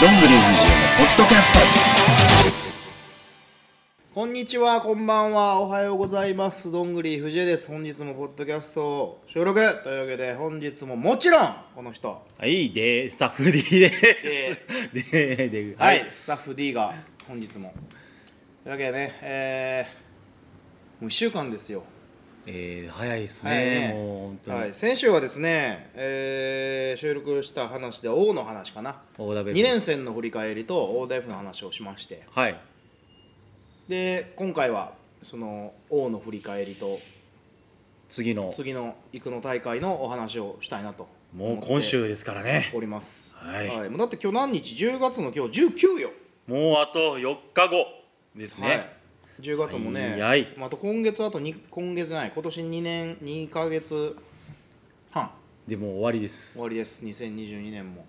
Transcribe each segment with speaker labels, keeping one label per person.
Speaker 1: どんぐり藤枝のポッドキャスト
Speaker 2: こんにちは、こんばんは、おはようございます。どんぐり藤江です。本日もポッドキャスト収録というわけで、本日ももちろん、この人、
Speaker 3: はい、で、スタッフ D です。で、で、
Speaker 2: はい、。スタッフ D が本日も。というわけでね、えーもう1週間ですよ。
Speaker 3: えー、早いです
Speaker 2: はい
Speaker 3: ね。もう本当に。
Speaker 2: はい、先週はですね、えー収録した話で、王の話かな。
Speaker 3: 大田部
Speaker 2: 2
Speaker 3: 分
Speaker 2: 年生の振り返りと大台風の話をしまして、
Speaker 3: はい。
Speaker 2: で、今回は、その王の振り返りと
Speaker 3: 次の。
Speaker 2: 次の行くの大会のお話をしたいなと
Speaker 3: もう今週ですからね。
Speaker 2: おります
Speaker 3: はい
Speaker 2: もうだって今日何日10月の今日19よ
Speaker 3: もうあと4日後ですね。
Speaker 2: はい、10月もね
Speaker 3: 早い
Speaker 2: また今月あとに今月じゃない今年2年2ヶ月半
Speaker 3: でもう終わりで
Speaker 2: 終
Speaker 3: す。
Speaker 2: わりです2022年も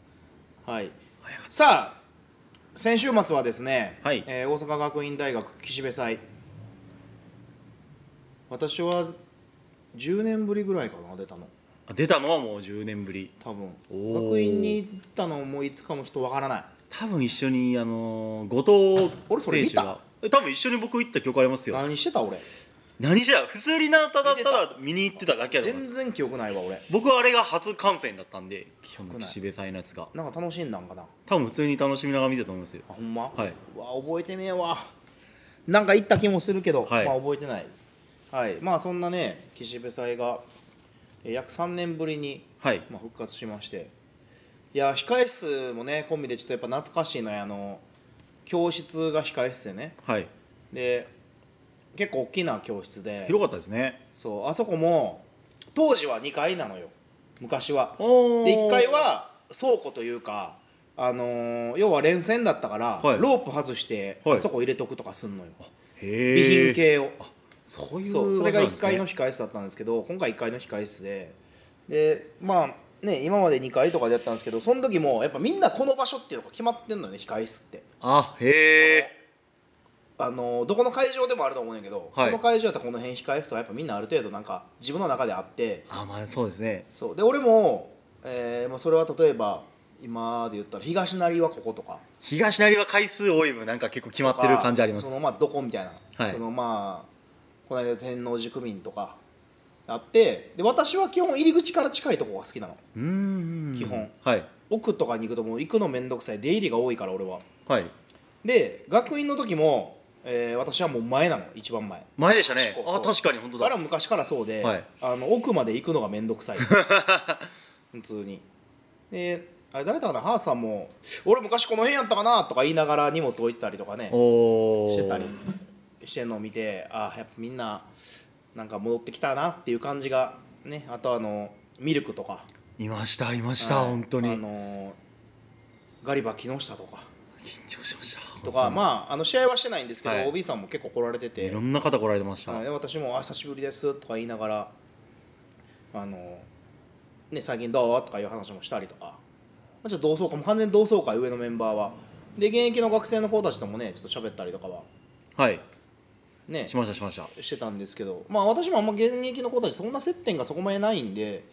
Speaker 2: はい
Speaker 3: 早かっ
Speaker 2: さあ先週末はですね、
Speaker 3: はい
Speaker 2: えー大阪学院大学岸辺祭私は10年ぶりぐらいかな出たの
Speaker 3: た。出たのはもう10年ぶり。
Speaker 2: 多分
Speaker 3: おー
Speaker 2: 学院に行ったのもいつかもちょっとわからない
Speaker 3: 多分一緒にあのー後
Speaker 2: 俺
Speaker 3: 藤
Speaker 2: それ
Speaker 3: 選
Speaker 2: 見
Speaker 3: 手
Speaker 2: た
Speaker 3: が。え多分一緒に僕行った記憶ありますよ。
Speaker 2: 何してた俺
Speaker 3: 何じゃ普通になただ
Speaker 2: 見て
Speaker 3: た
Speaker 2: た
Speaker 3: だ見に行ってただけやと思いま
Speaker 2: 全
Speaker 3: す。
Speaker 2: 然記憶ないわ俺
Speaker 3: 僕はあれが初観戦だったんで、今日
Speaker 2: く
Speaker 3: の
Speaker 2: ない
Speaker 3: 岸辺祭のやつが。
Speaker 2: なんか楽しんだんかな
Speaker 3: 多分普通に楽しみながら見てたと思いますよ。
Speaker 2: あほんま、
Speaker 3: はいう
Speaker 2: わ覚えてねえわなんか行った気もするけど、
Speaker 3: はい
Speaker 2: まあ覚えてないはいまあそんなね岸辺祭がえー約3年ぶりに、
Speaker 3: はい。
Speaker 2: まあ、復活しましていや控え室もねコンビでちょっとやっぱ懐かしいのやあの教室が控え室でね
Speaker 3: はい。
Speaker 2: で結構大きな教室で
Speaker 3: 広かったですね。
Speaker 2: そうあそこも当時は2階なのよ昔は
Speaker 3: お
Speaker 2: で1階は倉庫というか、あのー要は連戦だったから、
Speaker 3: はい
Speaker 2: ロープ外して、
Speaker 3: はい
Speaker 2: あそこ入れとくとかすんのよ備
Speaker 3: 備
Speaker 2: 品系を
Speaker 3: そういう
Speaker 2: そうそれが1階の
Speaker 3: 人
Speaker 2: 控室だったんですけど今回1階の控室ででまあね今まで2階とかでやったんですけどその時もやっぱみんなこの場所っていうのが決まってんのよね控室って。
Speaker 3: あへえ
Speaker 2: あのーどこの会場でもあると思うんやけど、
Speaker 3: はい
Speaker 2: この会場やったらこの辺控室はやっぱみんなある程度なんか自分の中であって
Speaker 3: あまあそうですね
Speaker 2: そうで俺も、えーまあ、それは例えば今で言ったら東成はこことか
Speaker 3: 東成は回数多い分なんか結構決まってる感じあります
Speaker 2: そのまあどこみたいな、
Speaker 3: はい
Speaker 2: そのまあこの間天王寺区民とかあってで私は基本入り口から近いとこが好きなの
Speaker 3: うーん
Speaker 2: 基本
Speaker 3: はい
Speaker 2: 奥とかに行くともう行くの面倒くさい出入りが多いから俺は
Speaker 3: はい
Speaker 2: で学院の時も、えー私はもう前なの一番前
Speaker 3: 前でしたね
Speaker 2: そう
Speaker 3: あ確かに本当
Speaker 2: あれ
Speaker 3: だ
Speaker 2: は昔からそうで、
Speaker 3: はい
Speaker 2: あの奥まで行くのが面倒く さい普通にであれ誰だかなハーさんも「俺昔この辺やったかな」とか言いながら荷物置いてたりとかね
Speaker 3: おお
Speaker 2: してたりしてんのを見てああやっぱみんななんか戻ってきたなっていう感じがねあとあのミルクとか
Speaker 3: いましたいました、
Speaker 2: はい
Speaker 3: 本当に
Speaker 2: あのガリバー木下とか
Speaker 3: 緊張しました
Speaker 2: とか
Speaker 3: あ
Speaker 2: まああの試合はしてないんですけど、
Speaker 3: はい
Speaker 2: OB さんも結構来られてて
Speaker 3: いろんな方来られてました、
Speaker 2: はいで私も「あ久しぶりです」とか言いながら「あのね最近どう?」とかいう話もしたりとか、まあ、ちょっと同窓会も完全に同窓会上のメンバーはで現役の学生の子たちともねちょっと喋ったりとかは
Speaker 3: はい
Speaker 2: ね
Speaker 3: しましたしました
Speaker 2: してたんですけどまあ私もあんま現役の子たちそんな接点がそこまでないんで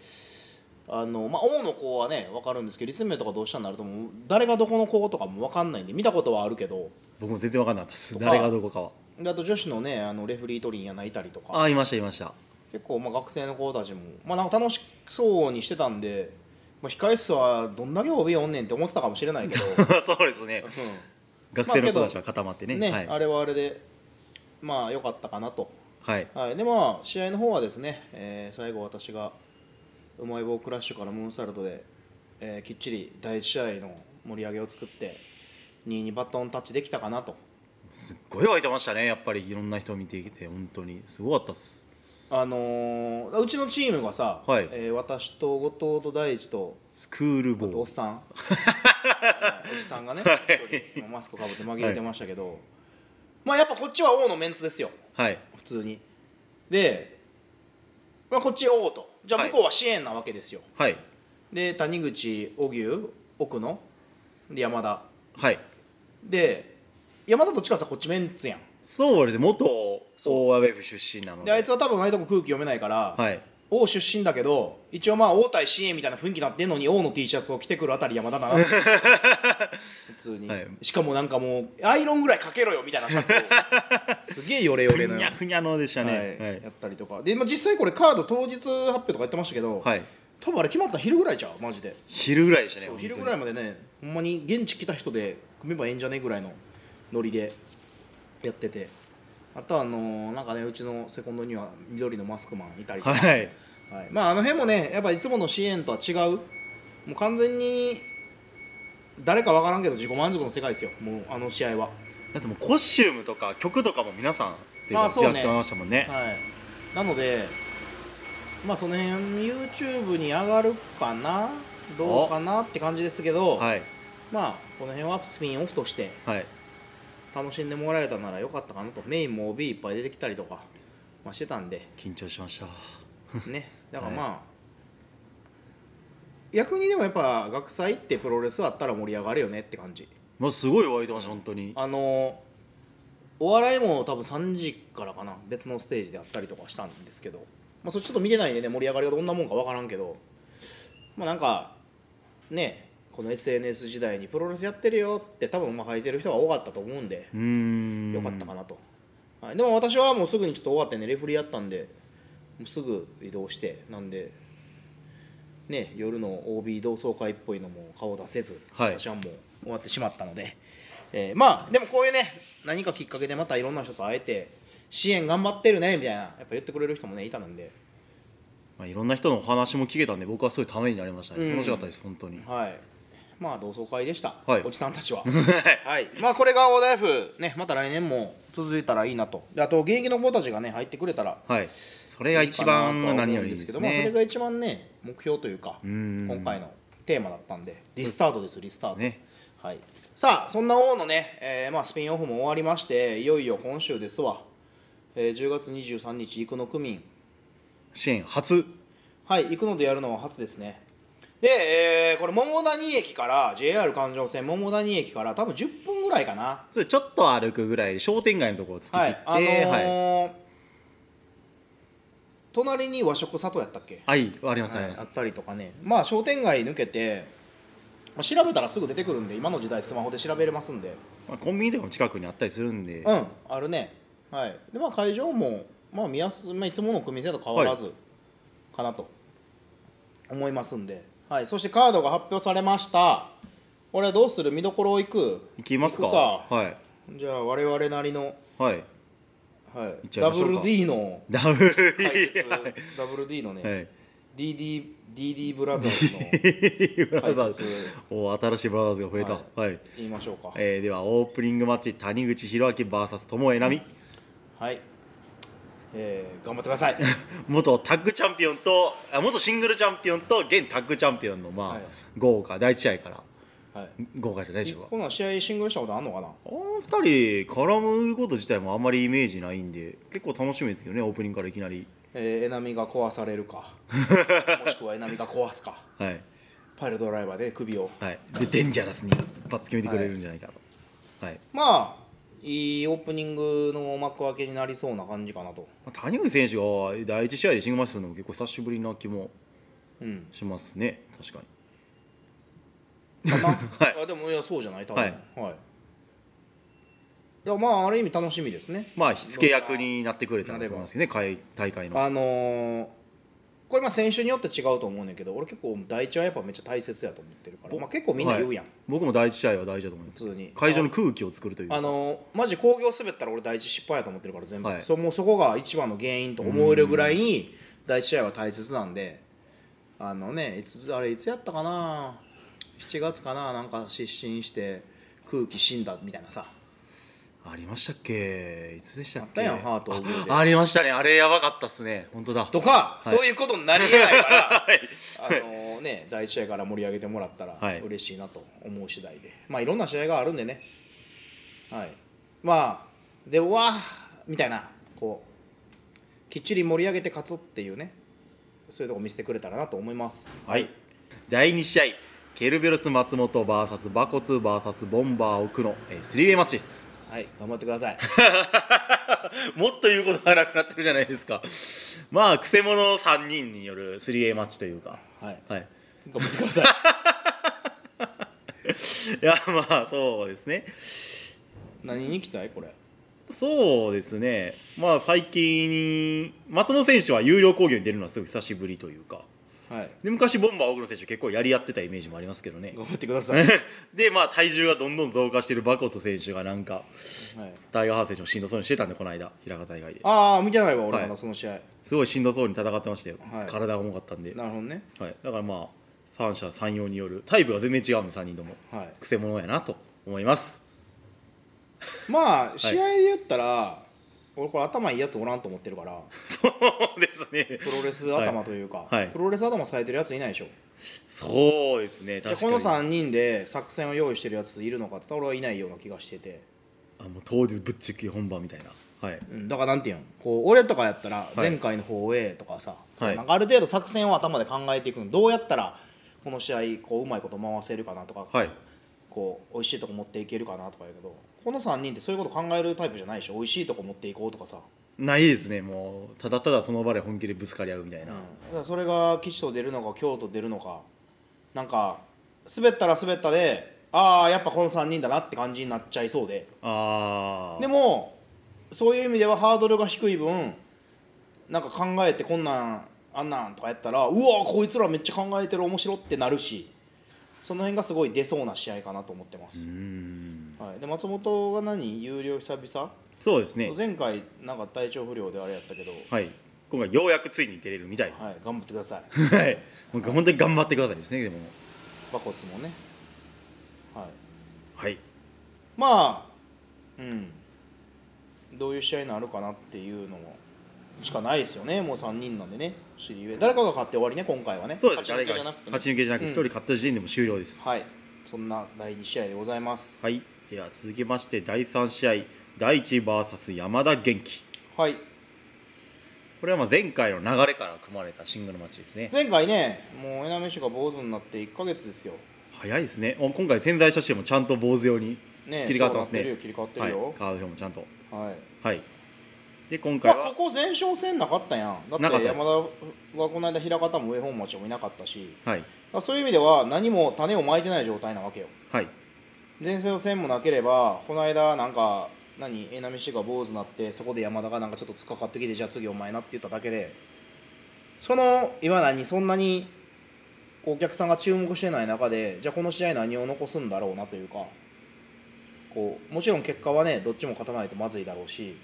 Speaker 2: あのまあ王の子はね分かるんですけど立命とかどうしたになるともう誰がどこの子とかも分かんないんで見たことはあるけど
Speaker 3: 僕も全然分かんなかったです
Speaker 2: とか
Speaker 3: 誰がどこかは
Speaker 2: であと女子のねあのレフェリートリンやないたりとか
Speaker 3: あいましたいました
Speaker 2: 結構まあ学生の子たちも、まあ、なんか楽しそうにしてたんで、まあ、控室はどんだけ OB おんねんって思ってたかもしれないけど、う
Speaker 3: そうですね
Speaker 2: ん
Speaker 3: 学生の子たちは固まって ね,、
Speaker 2: ね
Speaker 3: はい、
Speaker 2: あれはあれでまあ良かったかなと、
Speaker 3: はい、
Speaker 2: はい、でまあ試合の方はですね、えー最後私がうまい棒クラッシュからムーンサルトで、えーきっちり第1試合の盛り上げを作って2位にバトンタッチできたかなと
Speaker 3: すっごい湧いてましたねやっぱりいろんな人を見てきて本当にすごかったっす
Speaker 2: あのーうちのチームがさ、
Speaker 3: はい
Speaker 2: えー私と後藤と大地と
Speaker 3: スクール
Speaker 2: あとお
Speaker 3: ボ
Speaker 2: っ
Speaker 3: ー
Speaker 2: さんおじさんがね、一人マスクかぶって紛れてましたけど、まあやっぱこっちは王のメンツですよ
Speaker 3: はい
Speaker 2: 普通にで、まあ、こっち王とじゃあ
Speaker 3: はい
Speaker 2: 向こうは支援なわけですよ、
Speaker 3: はい
Speaker 2: で谷口荻生奥野で山田
Speaker 3: はい
Speaker 2: で山田どっちかって言ったらこっちメンツやん
Speaker 3: そう俺で元
Speaker 2: そう
Speaker 3: 大アウェフ出身なの
Speaker 2: であい
Speaker 3: で
Speaker 2: つは多分ああいうとこ空気読めないから、
Speaker 3: はい
Speaker 2: 王出身だけど一応まあ王対支援みたいな雰囲気になってんのに王の T シャツを着てくるあたり山田 だな普通に、
Speaker 3: はい
Speaker 2: しかもなんかもうアイロンぐらいかけろよみたいなシャ ツをすげえヨレヨレ
Speaker 3: ふ
Speaker 2: の
Speaker 3: にゃふにゃのでしたね
Speaker 2: はいやったりとかで、まあ、実際これカード当日発表とかやってましたけ
Speaker 3: は
Speaker 2: ど、
Speaker 3: い、はい、
Speaker 2: 多分あれ決まったの昼ぐらいじゃうマジで
Speaker 3: 昼ぐらいでしたね
Speaker 2: そう
Speaker 3: 本当に
Speaker 2: 昼ぐらいまでねほんまに現地来た人で組めばええんじゃねえぐらいのノリでやっててあとはあのーなんかねうちのセコンドには緑のマスクマンいたりとか、
Speaker 3: はい
Speaker 2: はいまああの辺もねやっぱいつもの支援とは違うもう完全に誰かわからんけど自己満足の世界ですよもうあの試合は
Speaker 3: だってもうコスチュームとか曲とかも皆さんっていう
Speaker 2: まあ
Speaker 3: か
Speaker 2: そう
Speaker 3: 違っ
Speaker 2: ね
Speaker 3: てましたもんね
Speaker 2: はい、なので、まあ、その辺 YouTube に上がるかなどうかなって感じですけど、
Speaker 3: はい
Speaker 2: まあこの辺はスピンオフとして
Speaker 3: はい
Speaker 2: 楽しんでもらえたならよかったかなとメインも OB いっぱい出てきたりとか、まあ、してた んで
Speaker 3: 緊張しました
Speaker 2: ねだか
Speaker 3: は
Speaker 2: ら
Speaker 3: い
Speaker 2: まあ、逆にでもやっぱ学祭ってプロレスあったら盛り上がるよねって感じ
Speaker 3: もうすごい湧いてました本当に
Speaker 2: あのお笑いも多分3時からかな別のステージであったりとかしたんですけど、まあ、それちょっと見てないんでね盛り上がりがどんなもんか分からんけどまあなんかねこの SNS 時代にプロレスやってるよって多分まあ書いてる人が多かったと思うんで
Speaker 3: うーん
Speaker 2: よかったかなと、はい、でも私はもうすぐにちょっと終わってねレフェリーやったんでもうすぐ移動してなんでね夜の OB 同窓会っぽいのも顔出せず、
Speaker 3: はい
Speaker 2: 私はもう終わってしまったので、えーまあでもこういうね何かきっかけでまたいろんな人と会えて支援頑張ってるねみたいなやっぱ言ってくれる人もねいたんで
Speaker 3: まあ、いろんな人のお話も聞けたんで僕はすごいためになりましたね
Speaker 2: うん
Speaker 3: 楽しかったです本当に
Speaker 2: はいまあ同窓会でした、
Speaker 3: はい
Speaker 2: おじさん たちははいまあこれが大台風ねまた来年も続いたらいいなとであと現役の子たちがね入ってくれたら
Speaker 3: はいそれが一番何よりいいです
Speaker 2: まあ、それ
Speaker 3: ね
Speaker 2: が一番ね目標というか
Speaker 3: うん
Speaker 2: 今回のテーマだったんでリスタートですリスタート、
Speaker 3: ね
Speaker 2: はい、さあそんな王のね、えーまあ、スピンオフも終わりましていよいよ今週ですわ、えー10月23日生野区民
Speaker 3: 支援初
Speaker 2: はい行くのでやるのは初ですねで、えーこれ桃谷駅から JR 環状線桃谷駅から多分10分ぐらいかな
Speaker 3: それちょっと歩くぐらい商店街のところを突き切っ
Speaker 2: は
Speaker 3: て、
Speaker 2: いあのー
Speaker 3: はい
Speaker 2: 隣に和食里やったっけ
Speaker 3: はい、あります、あり
Speaker 2: はい
Speaker 3: ます
Speaker 2: あったりとかねまあ商店街抜けて、まあ、調べたらすぐ出てくるんで今の時代スマホで調べれますんで
Speaker 3: まあ、コンビニとかも近くにあったりするんで、
Speaker 2: うんあるねはいでまあ会場もまあ見やす、まあ、いつもの組み立てと変わらずかなと思いますんで、はい、そしてカードが発表されましたこれどうする見どころを行く
Speaker 3: 行きますか
Speaker 2: 行くか
Speaker 3: はい
Speaker 2: じゃあ我々なりの、
Speaker 3: はい
Speaker 2: はい
Speaker 3: っちゃいましょうか
Speaker 2: WD の
Speaker 3: ダブル
Speaker 2: 解説
Speaker 3: E は
Speaker 2: WD のね、
Speaker 3: い、 はい、
Speaker 2: DD, DD ブラザー ズの
Speaker 3: ブラザー
Speaker 2: 解説
Speaker 3: ズお新しいブラザーズが増えた
Speaker 2: は
Speaker 3: はいい、
Speaker 2: 言いましょうか
Speaker 3: えーではオープニングマッチ谷口弘明 VS 友江奈美
Speaker 2: はい、えー、頑張ってくだ さい
Speaker 3: 元タッグチャンピオンとあ元シングルチャンピオンと現タッグチャンピオンのまあ、
Speaker 2: はい
Speaker 3: 豪華第一試合から
Speaker 2: はい
Speaker 3: 豪華じゃないでしょうか
Speaker 2: こんなん試合シングルしたことあんのかな
Speaker 3: あの2人絡むこと自体もあんまりイメージないんで結構楽しみですよねオープニングからいきなり
Speaker 2: えー、エナミが壊され るかもしくはエナミが壊すか
Speaker 3: はい
Speaker 2: パイルドライバーで首を
Speaker 3: はいでデンジャラスに一発決めてくれるんじゃないかと、はい
Speaker 2: まあいいオープニングの幕開けになりそうな感じかなと
Speaker 3: まあ谷口選手が第一試合でシングルマッチするのも結構久しぶりな気も
Speaker 2: うん
Speaker 3: しますね確かに
Speaker 2: かな、
Speaker 3: はい
Speaker 2: あでもいやそうじゃない多分は
Speaker 3: はいい、
Speaker 2: い、やまあある意味楽しみですね
Speaker 3: まあ火付け役になってくれたらと思いますけどね海大会の
Speaker 2: あのーこれまあ選手によって違うと思うねんだけど俺結構第一はやっぱめっちゃ大切やと思ってるから、まあ、結構みんな言うやん、
Speaker 3: はい僕も第一試合は大事だと思います
Speaker 2: 普通に
Speaker 3: 会場の空気を作るというか
Speaker 2: あのマジ興行滑ったら俺第一失敗やと思ってるから全部、
Speaker 3: はい
Speaker 2: そもうそこが一番の原因と思えるぐらいに第一試合は大切なんであのねいつあれいつやったかな7月かななんか失神して空気死んだみたいなさ
Speaker 3: ありましたっけいつでしたっ
Speaker 2: あった
Speaker 3: け
Speaker 2: やんハート大食いで
Speaker 3: あありましたねあれやばかったっすね本当だ
Speaker 2: と
Speaker 3: は
Speaker 2: か、
Speaker 3: い
Speaker 2: そういうことになりえないから
Speaker 3: はい
Speaker 2: あの、ね、第一試合から盛り上げてもらったら
Speaker 3: はい
Speaker 2: 嬉しいなと思う次第で、まあいろんな試合があるんでねはいまあでうわーみたいなこうきっちり盛り上げて勝つっていうねそういうとこ見せてくれたらなと思います
Speaker 3: はい第2試合ケルベロス松本 VS バコツ VS ボンバー奥野、えー、3way マッチです
Speaker 2: はい頑張ってください
Speaker 3: もっと言うことがなくなってるじゃないですか まあくせ者3人による 3A マッチというか
Speaker 2: はい
Speaker 3: はい
Speaker 2: 頑張ってくださ い
Speaker 3: いやまあそうですね
Speaker 2: 何に行きたいこれ
Speaker 3: そうですねまあ最近松本選手は有料工業に出るのはすごい久しぶりというか
Speaker 2: はい
Speaker 3: で昔ボンバー奥野選手結構やり合ってたイメージもありますけどね
Speaker 2: 頑張ってくだ さい、はい、
Speaker 3: でまあ体重がどんどん増加してるバコト選手がなんかタイガーハーフ選手もしんどそうにしてたんでこの間平方大会で
Speaker 2: ああ見てないわ俺ま
Speaker 3: は
Speaker 2: だ
Speaker 3: い
Speaker 2: その試合、
Speaker 3: すごいしんどそうに戦ってましたよ、
Speaker 2: はい
Speaker 3: 体が重かったんで、
Speaker 2: なるほどね
Speaker 3: はい、だからまあ三者三様によるタイプが全然違うんで3人とも
Speaker 2: はい
Speaker 3: くせ者やなと思います
Speaker 2: まあ試合で言ったら、俺これ頭いいやつおらんと思ってるから
Speaker 3: そうですね
Speaker 2: プロレス頭というか、
Speaker 3: はいはい
Speaker 2: プロレス頭されてるやついないでしょ
Speaker 3: そうですね
Speaker 2: じゃあ
Speaker 3: 確か
Speaker 2: こ
Speaker 3: に
Speaker 2: の3人で作戦を用意してるやついるのかって言ったら俺はいないような気がしてて、
Speaker 3: あもう当日ぶっちぎり本番みたいなはい
Speaker 2: うん、だからなんていうんこう俺とかやったら
Speaker 3: い
Speaker 2: 前回の方へとかさ、
Speaker 3: はい
Speaker 2: なんかある程度作戦を頭で考えていくのどうやったらこの試合こううまいこと回せるかなとか、
Speaker 3: はい
Speaker 2: こう美味しいとこ持っていけるかなとかやけどこの3人ってそういうこと考えるタイプじゃないでしょ美味しいとこ持っていこうとかさ、
Speaker 3: ないですねもうただただその場で本気でぶつかり合うみたいな、
Speaker 2: だからそれが吉と出るのか京都出るのかなんか滑ったら滑ったでああやっぱこの3人だなって感じになっちゃいそうで
Speaker 3: ああ
Speaker 2: でもそういう意味ではハードルが低い分なんか考えてこんなんあんなんとかやったらうわーこいつらめっちゃ考えてる面白ってなるしその辺がすごい出そうな試合かなと思ってま
Speaker 3: う
Speaker 2: す
Speaker 3: ー、ん
Speaker 2: はい、で松本が何有料久々、
Speaker 3: そうですね
Speaker 2: 前回なんか体調不良であれやったけど、
Speaker 3: はい今回ようやくついに出れるみたいな
Speaker 2: はい、頑張ってください
Speaker 3: はいもう本当に頑張ってくださいですねでも
Speaker 2: 馬骨もねはい
Speaker 3: はい
Speaker 2: まあうんどういう試合になるかなっていうのもしかないですよねもう3人なんでねシリーズ誰かが勝って終わりね今回はね
Speaker 3: そうです誰
Speaker 2: 勝ち抜け
Speaker 3: か
Speaker 2: じゃなくてね
Speaker 3: 勝ち抜けじゃなく
Speaker 2: うん
Speaker 3: 一人勝った時点でも終了です、
Speaker 2: はいそんな第2試合でございます
Speaker 3: はい、では続きまして第3試合第一 VS 山田元気
Speaker 2: はい
Speaker 3: これはまあ前回の流れから組まれたシングルマッチですね
Speaker 2: 前回ねもう江波氏が坊主になって1ヶ月ですよ
Speaker 3: 早いですねお今回潜在写真もちゃんと坊主用に、
Speaker 2: ね
Speaker 3: 切り替わってますね
Speaker 2: そうなってるよ切り替わって
Speaker 3: は
Speaker 2: る
Speaker 3: い、カ
Speaker 2: よ
Speaker 3: ード表もちゃんと
Speaker 2: はい、
Speaker 3: はいで今
Speaker 2: ま
Speaker 3: 回
Speaker 2: あ
Speaker 3: は
Speaker 2: ここ前哨戦なかったやんだっ
Speaker 3: なかってたです
Speaker 2: 山田はこの間平方も上本町もいなかったし
Speaker 3: はい
Speaker 2: だからそういう意味では何も種をまいてない状態なわけよ
Speaker 3: はい
Speaker 2: 前哨戦もなければこの間なんか何江波氏が坊主になってそこで山田がなんかちょっと突っかかってきてじゃあ次お前なって言っただけでその今何そんなにこうお客さんが注目してない中でじゃあこの試合何を残すんだろうなというかこうもちろん結果はねどっちも勝たないとまずいだろうし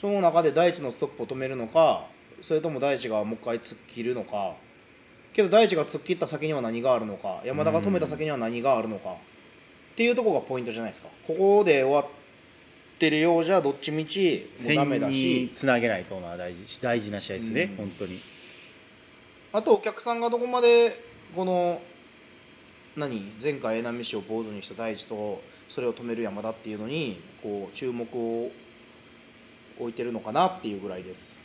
Speaker 2: その中で大地のストップを止めるのかそれとも大地がもう一回突っ切るのかけど大地が突っ切った先には何があるのか山田が止めた先には何があるのかっていうところがポイントじゃないですかここで終わってるようじゃどっちみちもうダメ
Speaker 3: 戦
Speaker 2: だし
Speaker 3: につなげないというのは大事大事な試合ですね、
Speaker 2: うん
Speaker 3: 本当に
Speaker 2: あとお客さんがどこまでこの何前回江波氏を坊主にした大地とそれを止める山田っていうのにこう注目を置いてるのかなっていうぐらいです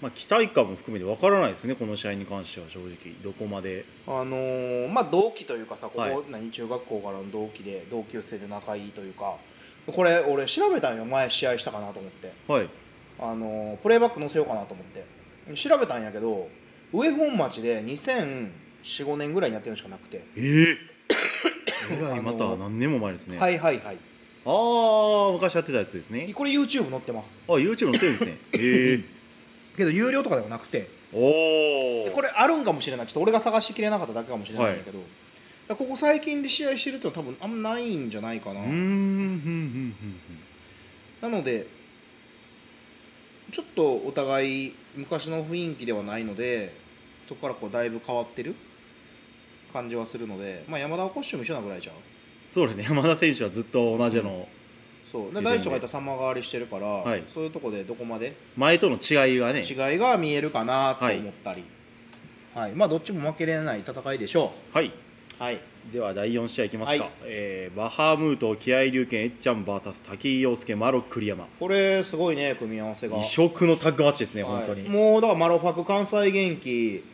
Speaker 3: まあ期待感も含めてわからないですねこの試合に関しては正直どこまで
Speaker 2: あのーまあ同期というかさここ、
Speaker 3: はい
Speaker 2: 何中学校からの同期で同級生で仲いいというかこれ俺調べたんよ前試合したかなと思って
Speaker 3: はい
Speaker 2: あのープレイバック載せようかなと思って調べたんやけど上本町で2004,5年ぐらいにやってるのしかなくて
Speaker 3: えええらいまた何年も前ですね、
Speaker 2: はいはいはい
Speaker 3: ああ昔やってたやつですね
Speaker 2: これ YouTube 載ってます
Speaker 3: あ YouTube 載ってるんです ねへえ
Speaker 2: けど有料とかではなくて
Speaker 3: お
Speaker 2: で
Speaker 3: お
Speaker 2: これあるんかもしれないちょっと俺が探しきれなかっただけかもしれないんだけど、だからここ最近で試合してるってのは多分あんまないんじゃないかな、
Speaker 3: うーんふんふんふん
Speaker 2: なのでちょっとお互い昔の雰囲気ではないのでそこからこうだいぶ変わってる感じはするので、まあ、山田はコスチューム一緒なぐらいじゃん
Speaker 3: そうですね山田選手はずっと同じの
Speaker 2: そう
Speaker 3: つけて
Speaker 2: で
Speaker 3: んね
Speaker 2: 大地とかいったら様変わりしてるから、
Speaker 3: はい
Speaker 2: そういうとこでどこまで
Speaker 3: 前との違いがね
Speaker 2: 違いが見えるかなと思ったり、はいまあどっちも負けれない戦いでしょ
Speaker 3: はい
Speaker 2: うん、はい
Speaker 3: では第4試合いきますか、
Speaker 2: はい
Speaker 3: えーバハムート気合龍拳えっちゃん VS 滝井陽介マロ栗山
Speaker 2: これすごいね組み合わせが
Speaker 3: 異色のタッグマッチですね、
Speaker 2: はい
Speaker 3: 本当に
Speaker 2: もうだからマロファク関西元気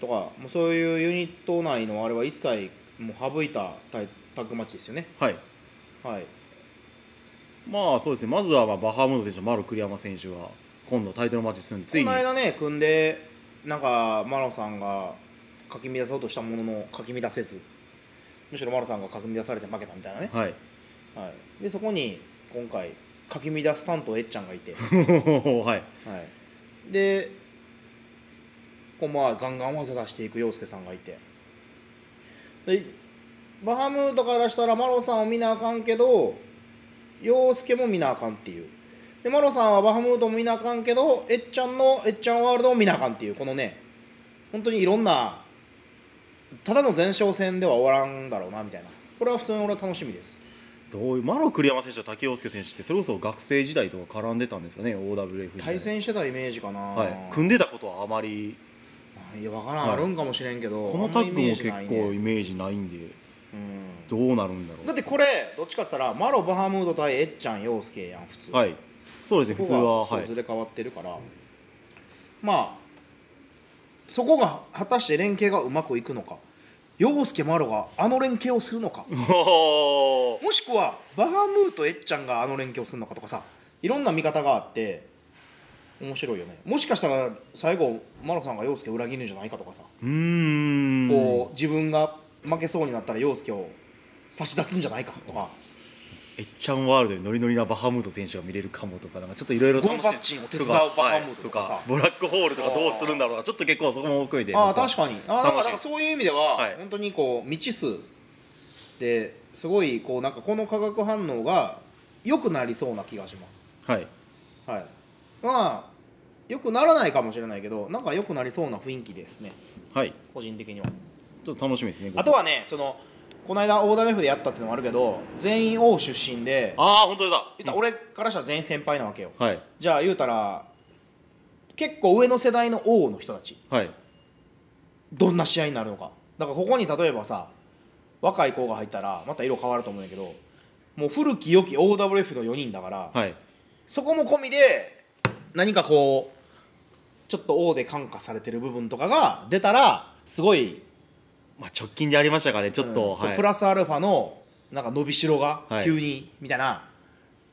Speaker 2: とかもうそういうユニット内のあれは一切もう省いたタイタッグマッチですよね
Speaker 3: はい
Speaker 2: はい
Speaker 3: まあそうですねまずはまあバハムード選手と丸栗山選手が今度タイトルマッチするんでついに
Speaker 2: この間ね組んでなんかマロさんがかき乱そうとしたもののかき乱せずむしろマロさんがかき乱されて負けたみたいなね、
Speaker 3: はい
Speaker 2: はい、でそこに今回かき乱す担当えっちゃんがいて、は
Speaker 3: はい
Speaker 2: い、でこうまあガンガン技出していく陽介さんがいてでバハムードからしたらマロさんを見なあかんけど陽介も見なあかんっていうでマロさんはバハムードも見なあかんけどえっちゃんのえっちゃんワールドも見なあかんっていうこのね本当にいろんなただの前哨戦では終わらんだろうなみたいなこれは普通に俺は楽しみです
Speaker 3: どういうマロ栗山選手と竹陽介選手ってそれこそ学生時代とか絡んでたんですかね OWF 時代
Speaker 2: 対戦してたイメージかな、
Speaker 3: はい、組んでたことはあまり
Speaker 2: いや分からん、
Speaker 3: はい
Speaker 2: あるんかもしれんけど
Speaker 3: このタッグも結
Speaker 2: あんまイメージない
Speaker 3: 構
Speaker 2: ね
Speaker 3: イメージないんで
Speaker 2: うん
Speaker 3: どうなるんだろう
Speaker 2: だってこれどっちかって言ったらマロ・バハムード対エッちゃん陽介やん普通
Speaker 3: はいそうですね普通は
Speaker 2: ここ
Speaker 3: は
Speaker 2: が
Speaker 3: い
Speaker 2: そうずれ変わってるから、まあそこが果たして連携がうまくいくのか陽介マロがあの連携をするのか
Speaker 3: おー
Speaker 2: もしくはバハムーとエッちゃんがあの連携をするのかとかさいろんな見方があって面白いよねもしかしたら最後マロさんが陽介を裏切るんじゃないかとかさ
Speaker 3: うーん
Speaker 2: こう自分が負けそうになったら陽介を差し出すんじゃないかとか
Speaker 3: エッチャンワールドでノリノリなバハムード選手が見れるかもとかなんかちょっといろいろ
Speaker 2: ゴムパッチンを手伝うバハムードと
Speaker 3: と
Speaker 2: か
Speaker 3: か,、
Speaker 2: さ
Speaker 3: ブラックホールとかどうするんだろうなちょっと結構そこも含めて
Speaker 2: ああ確かにああだか
Speaker 3: 楽し
Speaker 2: らだ
Speaker 3: い
Speaker 2: からそういう意味では、
Speaker 3: はい
Speaker 2: 本当にこう未知数ですごいこうなんかこの化学反応が良くなりそうな気がします
Speaker 3: はい
Speaker 2: はいまあ良くならないかもしれないけどなんか良くなりそうな雰囲気ですね
Speaker 3: はい
Speaker 2: 個人的には
Speaker 3: ちょっと楽しみですね
Speaker 2: あとはねそのこの間オーダーレフでやったっていうのもあるけど全員王出身で
Speaker 3: ああ本当だ
Speaker 2: 言ったら俺からしたら全員先輩なわけよ
Speaker 3: はい
Speaker 2: じゃあ言うたら結構上の世代の王の人たち
Speaker 3: はい
Speaker 2: どんな試合になるのかだからここに例えばさ若い子が入ったらまた色変わると思うんやけどもう古き良き OWF の4人だから、
Speaker 3: はい
Speaker 2: そこも込みで何かこうちょっと王で感化されてる部分とかが出たらすごい
Speaker 3: まあ直近でありましたからねちょっと、
Speaker 2: うんそう
Speaker 3: はい
Speaker 2: プラスアルファのなんか伸びしろが
Speaker 3: はい
Speaker 2: 急にみたいな、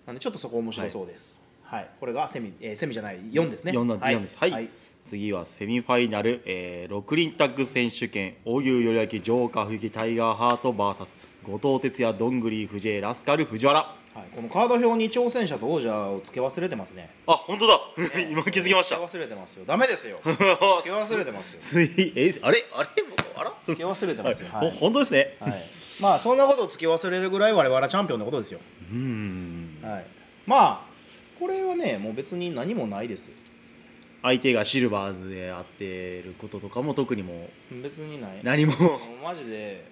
Speaker 2: なんでちょっとそこ面白そうです、はいこれがセミ、えーセミじゃない4ですね
Speaker 3: 四なん四です。はい。次はセミファイナル、えー、6輪タッグ選手権、荻生よりあき、ジョーカー、藤木、タイガーハート、バーサス、後藤哲也、どんぐり、藤江、ラスカル、藤原。
Speaker 2: はい、このカード表に挑戦者と王者を付け忘れてますね。
Speaker 3: あ、本当だ。 今気づきました。
Speaker 2: 付け忘れてますよ。ダメで すよ。付け忘れてますよ。
Speaker 3: すい、え、あれ、あれ、あら。
Speaker 2: 付け忘れてますよ。は
Speaker 3: ほ
Speaker 2: い。
Speaker 3: 本当ですね。
Speaker 2: はい、まあそんなことを付け忘れるぐらい我々はチャンピオンのことですよ。
Speaker 3: うーん。
Speaker 2: はい。まあこれはねもう別に何もないです。
Speaker 3: 相手がシルバーズであってることとかも特にもう
Speaker 2: 別にない。も
Speaker 3: 何 も
Speaker 2: うマジで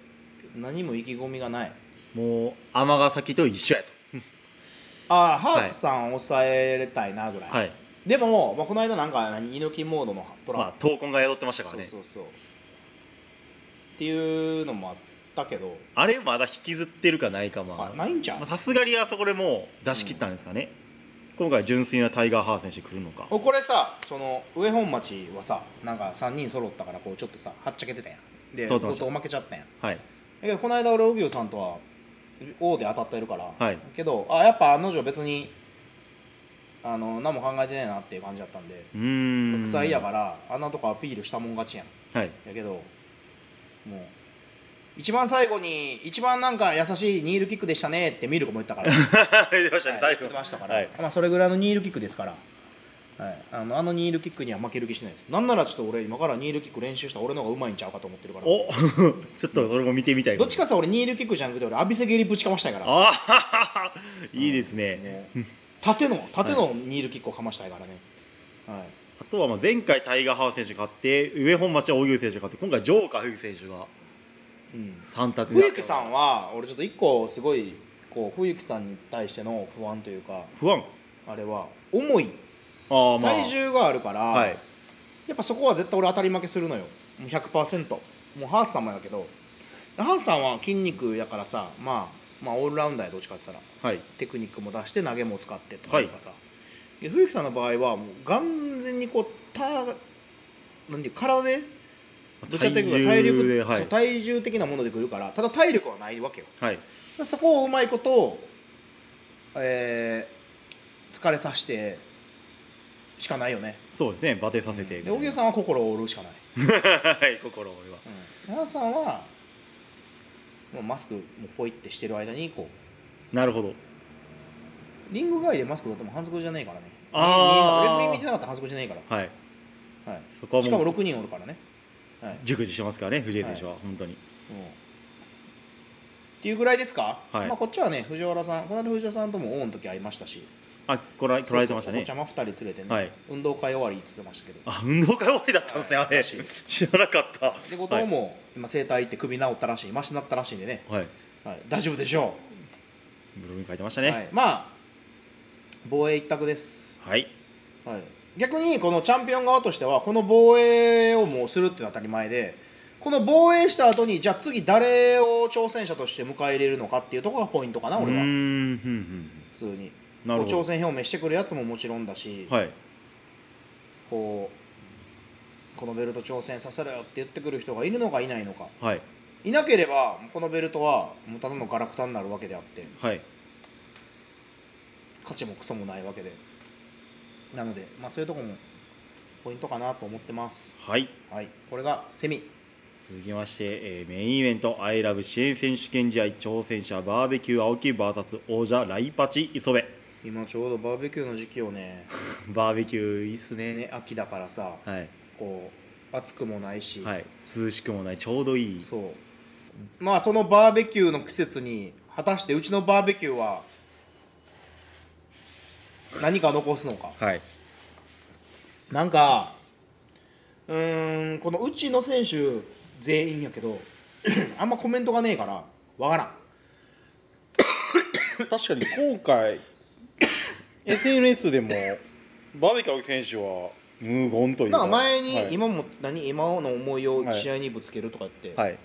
Speaker 2: 何も意気込みがない。
Speaker 3: もう尼崎と一緒や
Speaker 2: ああハートさんを抑えたいなぐらい。
Speaker 3: と。はい。
Speaker 2: でも、まあ、この間なんか何猪木モードのトラ
Speaker 3: まあ闘魂が宿ってましたからね。
Speaker 2: そうそうそう。っていうのもあったけど、
Speaker 3: あれまだ引きずってるかないか
Speaker 2: ま
Speaker 3: ま
Speaker 2: あ、
Speaker 3: あ。
Speaker 2: ないんちゃう
Speaker 3: まあさすがにあそこでもう出し切ったんですかね、今回純粋なタイガー・ハー選手来るのか
Speaker 2: おこれさその上本町はさなんか3人揃ったからこうちょっとさはっちゃけてたやんで
Speaker 3: そ
Speaker 2: 後
Speaker 3: うそう
Speaker 2: 藤
Speaker 3: そう
Speaker 2: 負けちゃったやんだ
Speaker 3: はい
Speaker 2: けどこの間俺荻生さんとは王で当たってるから、
Speaker 3: はい
Speaker 2: けどあやっぱ案の定別にあの何も考えてねえなっていう感じだったんで
Speaker 3: うーん
Speaker 2: 国際やからあんなとこアピールしたもん勝ちやん
Speaker 3: はい
Speaker 2: やけどもう一番最後に一番なんか優しいニールキックでしたねってミルクも言ったから
Speaker 3: 出ましたね
Speaker 2: はい、
Speaker 3: 大
Speaker 2: やってましたから、
Speaker 3: はい、
Speaker 2: まあ、それぐらいのニールキックですから、はい、あのあのニールキックには負ける気しないですなんならちょっと俺今からニールキック練習したら俺の方がうまいんちゃうかと思ってるからど
Speaker 3: お ちょっとそれも見てみたい
Speaker 2: っちかって言ったら俺ニールキックじゃなくて俺浴びせ蹴りぶちかましたいからも
Speaker 3: ああ いいですね、
Speaker 2: う縦の縦のニールキックをかましたいからね、はい
Speaker 3: あとはまあ前回タイガー・ハー選手が勝って上本町は大湯選手が勝って今回ジョーカー・フ選手が
Speaker 2: うん、
Speaker 3: 3択
Speaker 2: 冬木さんは俺ちょっと一個すごいこう冬木さんに対しての不安というか
Speaker 3: 不安
Speaker 2: あれは重い
Speaker 3: ああまあ
Speaker 2: 体重があるから、
Speaker 3: はい
Speaker 2: やっぱそこは絶対俺当たり負けするのよもう100%もうハーフさんもやけどハーフさんは筋肉やからさ、まあ、まあオールラウンダーやどっちかって言ったら
Speaker 3: はい
Speaker 2: テクニックも出して投げも使ってとかいうかさ、で冬木さんの場合はもう完全にこうたなんていう体でぶっちゃってくるから体
Speaker 3: 体
Speaker 2: 力
Speaker 3: 重では
Speaker 2: そう
Speaker 3: い、
Speaker 2: 体重的なものでくるからただ体力はないわけよ
Speaker 3: はい、
Speaker 2: そこをうまいことをえー疲れさせてしかないよね
Speaker 3: そうですねバテさせてみ
Speaker 2: で
Speaker 3: たいな
Speaker 2: 荻野さんは心を折るしかない
Speaker 3: はい心を俺は
Speaker 2: 小野さんはもうマスクもうポイってしてる間にこ
Speaker 3: なるほど
Speaker 2: うリング外でマスク取っても反則じゃないからね
Speaker 3: あー
Speaker 2: レフェリー見てなかったら反則じゃないか
Speaker 3: はい
Speaker 2: ら、はい、
Speaker 3: そこは
Speaker 2: しかも
Speaker 3: もう
Speaker 2: 6人おるからね、はい
Speaker 3: 熟知してますからね藤井選手は、本当に
Speaker 2: うんっていうぐらいですか、
Speaker 3: はい
Speaker 2: まあ、こっちはね藤原さんこの間藤原さんともオンの時会いましたし
Speaker 3: あこら取られてましたね
Speaker 2: そうそうお子ちゃま2人連れてね、
Speaker 3: はい
Speaker 2: 運動会終わりっつってましたけど
Speaker 3: あ運動会終わりだったんですね、あれ
Speaker 2: はい
Speaker 3: 知らなかった
Speaker 2: で後藤も今整体行って首治ったらしいマシになったらしいんでね、
Speaker 3: はい、はい、
Speaker 2: はい、大丈夫でしょ
Speaker 3: ブログに書いてました
Speaker 2: う、
Speaker 3: ね
Speaker 2: はい、まあ防衛一択です、
Speaker 3: はい、
Speaker 2: はい、逆にこのチャンピオン側としてはこの防衛をもうするっていうのは当たり前でこの防衛した後にじゃあ次誰を挑戦者として迎え入れるのかっていうところがポイントかな
Speaker 3: う
Speaker 2: 俺は普
Speaker 3: ーんふんふん
Speaker 2: 通に
Speaker 3: ふんなるほ
Speaker 2: こう
Speaker 3: ど
Speaker 2: 挑戦表明してくるやつももちろんだし、
Speaker 3: はい
Speaker 2: こうこのベルト挑戦させろよって言ってくる人がいるのかいないのか
Speaker 3: はい
Speaker 2: いなければこのベルトはもうただのガラクタになるわけであって
Speaker 3: はい
Speaker 2: 価値もクソもないわけでなので、まあ、そういうとこもポイントかなと思ってます、
Speaker 3: はい
Speaker 2: はい、これがセミ
Speaker 3: 続きまして、えーメインイベント「アイラブ支援選手権試合挑戦者バーベキュー青木 VS 王者ライパチ 磯部
Speaker 2: 今ちょうどバーベキューの時期をね
Speaker 3: バーベキューいいっすね
Speaker 2: ね秋だからさ
Speaker 3: はい、
Speaker 2: こう暑くもないし、
Speaker 3: はい、涼しくもないちょうどいい
Speaker 2: そうまあそのバーベキューの季節に果たしてうちのバーベキューは何か残すのか
Speaker 3: はい
Speaker 2: なんかうーんこのうちの選手全員やけど あんまコメントがねえからわからん
Speaker 3: 確かに今 回 SNS でもバーベキュー青木選手は無言という
Speaker 2: なんか前に、
Speaker 3: はい
Speaker 2: 今も何今の思いを試合にぶつけるとか言って
Speaker 3: はい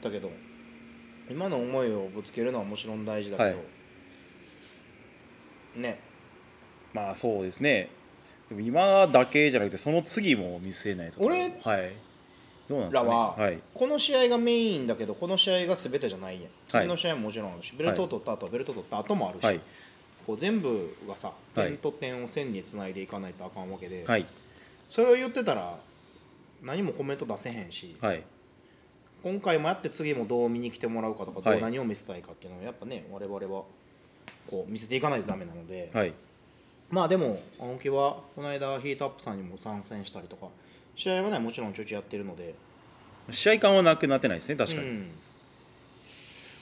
Speaker 2: だけど、今の思いをぶつけるのはもちろん大事だけど、
Speaker 3: はい
Speaker 2: ね
Speaker 3: まあそうですねでも今だけじゃなくてその次も見据えないところ
Speaker 2: 俺
Speaker 3: はいどうなんです
Speaker 2: ら
Speaker 3: かね
Speaker 2: は、
Speaker 3: はい
Speaker 2: この試合がメインだけどこの試合が全てじゃないやん
Speaker 3: はい
Speaker 2: 次の試合ももちろんあるし、ベルトを取った後はベルトを取った後もあるし、
Speaker 3: はい
Speaker 2: こう全部がさ
Speaker 3: はい
Speaker 2: 点と点を線につないでいかないとあかんわけで、
Speaker 3: はい
Speaker 2: それを言ってたら何もコメント出せへんし、
Speaker 3: はい
Speaker 2: 今回もやって次もどう見に来てもらうかとかど
Speaker 3: は
Speaker 2: う
Speaker 3: い
Speaker 2: 何を見せたいかっていうのをやっぱね我々はこう見せていかないとダメなので、
Speaker 3: はい
Speaker 2: まあでも青木はこの間ヒートアップさんにも参戦したりとか試合はねもちろんちょいちょいやってるので
Speaker 3: 試合感はなくなってないですね確かに、
Speaker 2: うん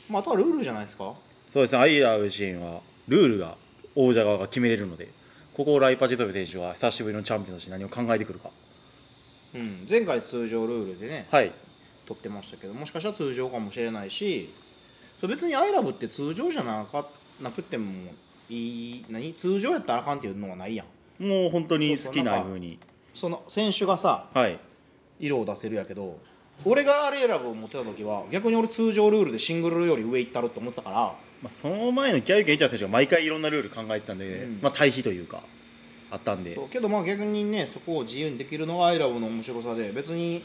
Speaker 2: まあ、あとはルールじゃないですか
Speaker 3: そうですねアイラブシーンはルールが王者側が決めれるのでここをライパチゾベ選手は久しぶりのチャンピオンとして何を考えてくるか
Speaker 2: うん、前回通常ルールでね、
Speaker 3: はい
Speaker 2: 取ってましたけどもしかしたら通常かもしれないしそれ別に「アイラブって通常じゃなかなくてもいい何通常やったらあかんっていうのはないやん
Speaker 3: もう本当に
Speaker 2: そ
Speaker 3: 好
Speaker 2: うそ
Speaker 3: き
Speaker 2: う
Speaker 3: な
Speaker 2: なんか
Speaker 3: 風に
Speaker 2: その選手がさ
Speaker 3: はい
Speaker 2: 色を出せるやけど俺があれ選ぶを持ってた時は逆に俺通常ルールでシングルより上行ったろって思ったから
Speaker 3: まあ、その前のギャルケンイチャー選手が毎回いろんなルール考えてたんで、
Speaker 2: うん
Speaker 3: まあ、対比というかあったんで
Speaker 2: そうけどまあ逆にねそこを自由にできるのがアイラブの面白さで別に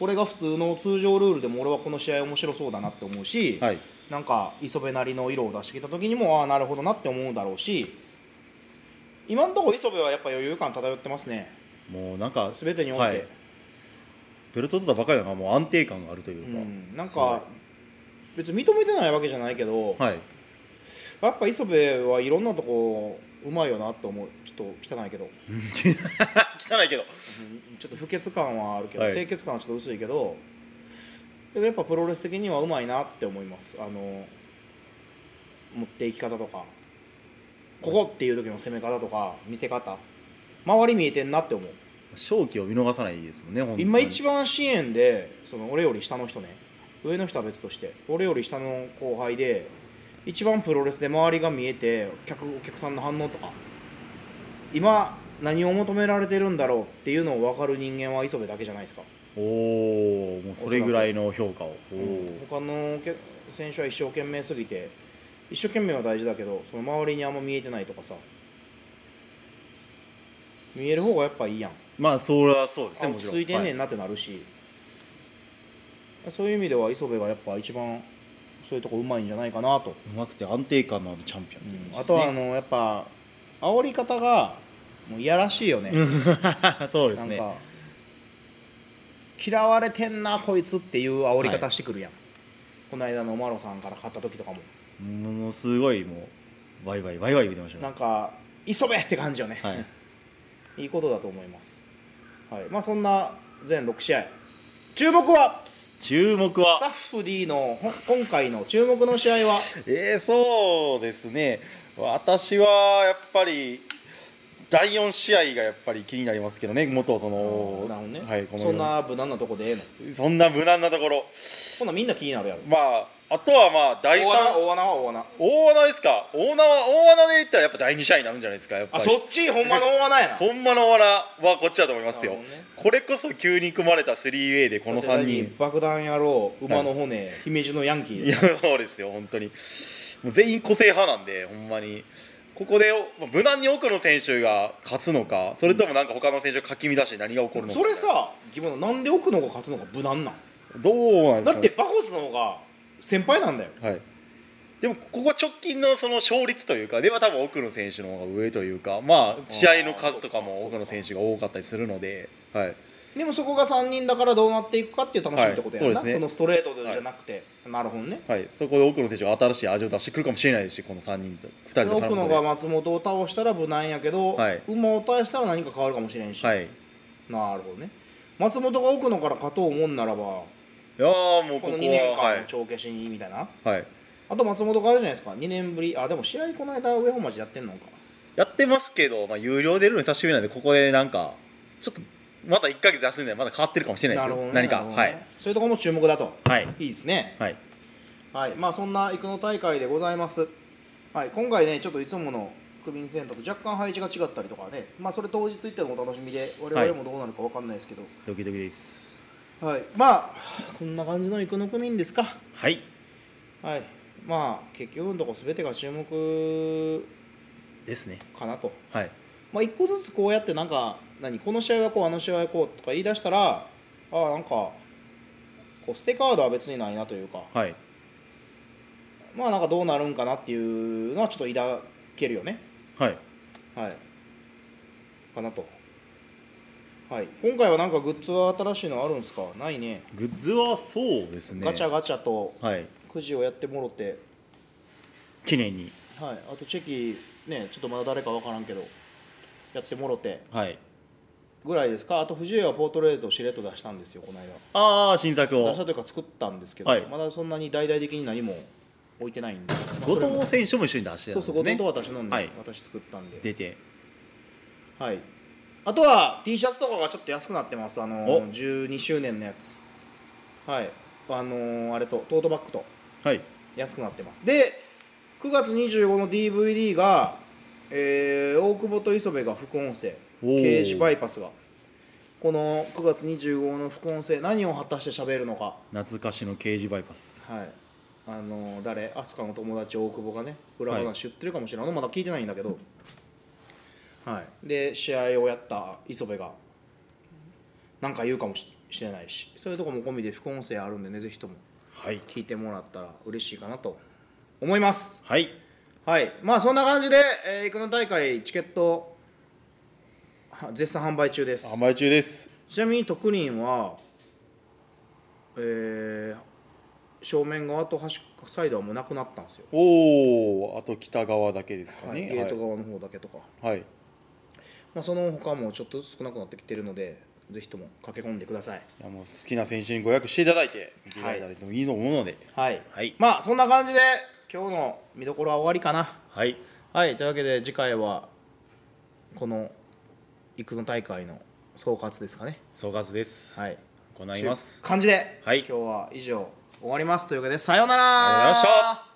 Speaker 2: これが普通の通常ルールでも俺はこの試合面白そうだなって思うし、
Speaker 3: はい
Speaker 2: なんか磯部なりの色を出してきた時にもああなるほどなって思うだろうし今のところ磯部はやっぱ余裕感漂ってますね
Speaker 3: もうなんか
Speaker 2: 全てにおいて、
Speaker 3: はい、ベルト取ったばかりなのがもう安定感があるといううか、
Speaker 2: ん、なん
Speaker 3: すごい
Speaker 2: か別に認めてないわけじゃないけど、
Speaker 3: はい
Speaker 2: やっぱ磯部はいろんなとこうまいよなと思うちょっと汚いけど、
Speaker 3: うん汚いけど
Speaker 2: うんちょっと不潔感はあるけど、
Speaker 3: はい
Speaker 2: 清潔感はちょっと薄いけどでもやっぱプロレス的にはうまいなって思いますあの持っていき方とかここっていう時の攻め方とか見せ方周り見えてんなって思う
Speaker 3: 勝機を見逃さないですもんね本当に
Speaker 2: 今一番支援でその俺より下の人ね上の人は別として俺より下の後輩で一番プロレスで周りが見えてお客お客さんの反応とか今何を求められてるんだろうっていうのを分かる人間は磯部だけじゃないですか、
Speaker 3: おおもうそれぐらいの評価をお
Speaker 2: うん
Speaker 3: ー
Speaker 2: 他のけ選手は一生懸命すぎて一生懸命は大事だけどその周りにあんま見えてないとかさ見える方がやっぱいいやん
Speaker 3: まあそれはそうです
Speaker 2: あ
Speaker 3: ね
Speaker 2: 落
Speaker 3: も
Speaker 2: ち
Speaker 3: ちろん
Speaker 2: 着いてんねん
Speaker 3: は
Speaker 2: なってなるし、そういう意味では磯部がやっぱ一番そういうとこうまいんじゃないかなと、
Speaker 3: うまくて安定感のあるチャンピオンって感じですね、
Speaker 2: あとはあのやっぱ煽り方がもういやらしいよね、
Speaker 3: うんそうです
Speaker 2: なん
Speaker 3: ね
Speaker 2: か嫌われてんなこいつっていう煽り方してくるやん、この間のマロさんから買った時とかも
Speaker 3: ものすごいもうワイワイワイワイ言ってましたね
Speaker 2: なんか急べって感じよね、
Speaker 3: はい、
Speaker 2: いいことだと思います。はい、まあそんな全6試合。注目は
Speaker 3: 注目
Speaker 2: スタ
Speaker 3: は
Speaker 2: ッフ D のほん今回の注目の試合は
Speaker 3: えー、そうですね私はやっぱり第4試合がやっぱり気になりますけどね元その
Speaker 2: なるほどね、
Speaker 3: はい、この
Speaker 2: そんな無難なとこでええの
Speaker 3: そんな無難なところ
Speaker 2: こんなんみんな気になるやろ
Speaker 3: まああとはまあ第3
Speaker 2: 大穴大穴は大穴
Speaker 3: 大穴ですか大穴は大穴で言ったらやっぱ第2試合になるんじゃないですかやっぱ
Speaker 2: あ
Speaker 3: り
Speaker 2: そっちほんまの大穴 やな
Speaker 3: ほんまの大穴はこっちだと思いますよ、
Speaker 2: なるほどね
Speaker 3: これこそ急に組まれた 3way でこの3人
Speaker 2: 爆弾野郎馬の骨、姫路のヤンキー
Speaker 3: い
Speaker 2: で
Speaker 3: や
Speaker 2: す
Speaker 3: そうですよ本当にもう全員個性派なんでほんまにここでまあ無難に奥の選手が勝つのかそれともなんか他の選手をかき乱して何が起こるのか
Speaker 2: それさ疑問なのなんで奥の方が勝つのが無難なん
Speaker 3: どうなんで
Speaker 2: だ
Speaker 3: すか、
Speaker 2: って
Speaker 3: ね、
Speaker 2: バホスの方が先輩なんだよ
Speaker 3: はいでもここは直近のその勝率というかでは多分奥の選手の方が上というかまあ試合の数とか
Speaker 2: あー
Speaker 3: も
Speaker 2: そうか
Speaker 3: 奥の選手が多かったりするのではい
Speaker 2: でもそこが3人だからどうなっていくかっていう楽しみってことやんな、
Speaker 3: はいそうですね
Speaker 2: そのストレートでじゃなくて、なるほどね
Speaker 3: はい、そこで奥野選手が新しい味を出してくるかもしれないし、この3人と2人と
Speaker 2: 奥
Speaker 3: 絡
Speaker 2: 野
Speaker 3: む
Speaker 2: が
Speaker 3: と
Speaker 2: 松本を倒したら無難やけど、
Speaker 3: はい
Speaker 2: 馬を倒したら何か変わるかもしれんし、
Speaker 3: で。はい、い
Speaker 2: なるほどね松本が奥野から勝とうもんならばこ
Speaker 3: やーもうここは
Speaker 2: の2年
Speaker 3: は
Speaker 2: 間の
Speaker 3: い、
Speaker 2: 帳消しにみたいな、
Speaker 3: はい、
Speaker 2: あと松本があるじゃないですか2年ぶりあでも試合この間上本町やってんのか
Speaker 3: やってますけど、まあ、有料でるの久しぶりなんで、ここでなんか、ちょっとまだ1か月休んで、まだ変わってるかもしれないですよ、
Speaker 2: ね
Speaker 3: 何か、
Speaker 2: るほどね
Speaker 3: はい、
Speaker 2: そういうところも注目だと
Speaker 3: はい、
Speaker 2: いいですね
Speaker 3: はい、
Speaker 2: はいまあそんな育野大会でございますはい今回ねちょっといつもの区民センターと若干配置が違ったりとかねまあそれ当日行ってのお楽しみで我々もどうなるか分かんないですけど、
Speaker 3: ドキドキです。
Speaker 2: はい、まあこんな感じの育の組んですか
Speaker 3: はい、
Speaker 2: はいまあ結局のとこ全てが注目
Speaker 3: ですね。
Speaker 2: かなと
Speaker 3: はい、
Speaker 2: まあ一個ずつこうやってなんか何この試合はこうあの試合はこうとか言い出したらああなんかこう捨てカードは別にないなというか
Speaker 3: はい、
Speaker 2: まあなんかどうなるんかなっていうのはちょっと抱けるよね
Speaker 3: はい、
Speaker 2: はいかなとはい今回はなんかグッズは新しいのあるんですかないね
Speaker 3: グッズはそうですね。
Speaker 2: ガチャガチャと
Speaker 3: はい、
Speaker 2: くじをやってもろて
Speaker 3: 記念に。
Speaker 2: はい、あとチェキねちょっとまだ誰か分からんけどやってもろて
Speaker 3: はい、
Speaker 2: ぐらいですかあと藤江はポートレートをしれっと出したんですよこの間
Speaker 3: ああ、新作
Speaker 2: 出した
Speaker 3: を。
Speaker 2: というか作ったんですけど、
Speaker 3: はい
Speaker 2: まだそんなに大々的に何も置いてないんで、まあ
Speaker 3: 後
Speaker 2: それも
Speaker 3: 藤選手も一緒に出してた
Speaker 2: そ
Speaker 3: ん
Speaker 2: う
Speaker 3: です
Speaker 2: そ
Speaker 3: ね。
Speaker 2: う後藤と私飲んで、
Speaker 3: はい
Speaker 2: 私作ったんで、
Speaker 3: 出て。
Speaker 2: はい、あとは T シャツとかがちょっと安くなってますあ
Speaker 3: お
Speaker 2: の12周年のやつはいあのーあれとトートバッグと
Speaker 3: はい、
Speaker 2: 安くなってますで9月25の DVD が、えー大久保と磯部が副音声
Speaker 3: おー
Speaker 2: 刑事バイパスがこの9月25の副音声何を果たして喋るのか
Speaker 3: 懐かしの刑事バイパス。
Speaker 2: はいあのー誰飛鳥の友達大久保がね裏話言ってるかもしれない、まだ聞いてないんだけどはいで試合をやった磯部が何か言うかもししれないしそういうとこも込みで副音声あるんでねぜひとも
Speaker 3: はい。
Speaker 2: 聞いてもらったら嬉しいかなと思います
Speaker 3: はい。
Speaker 2: はい、まあそんな感じで、えー、この大会チケットは絶賛販売中です。
Speaker 3: 販売中です。
Speaker 2: ちなみに特輪は、えー正面側と端っこサイドはもうなくなったんですよ。
Speaker 3: おお、あと北側だけですか
Speaker 2: はい、
Speaker 3: ね。
Speaker 2: ゲ
Speaker 3: は
Speaker 2: ー
Speaker 3: い
Speaker 2: ト。側の方だけとか、
Speaker 3: はい。
Speaker 2: まあその他もちょっとずつ少なくなってきてるので、ぜひとも駆け込んでください。
Speaker 3: いやもう好きな選手にご予約していただいて、見ていただいたらでもいいと思うので。
Speaker 2: はい。
Speaker 3: はい。
Speaker 2: まあそんな感じで今日の見どころは終わりかな。
Speaker 3: はい。
Speaker 2: はい、というわけで次回はこの育の大会の総括ですかね。
Speaker 3: 総括です。
Speaker 2: はい。
Speaker 3: 行います。
Speaker 2: 感じで、
Speaker 3: はい
Speaker 2: 今日は以上終わりますというわけでさようなら
Speaker 3: ありがとうございました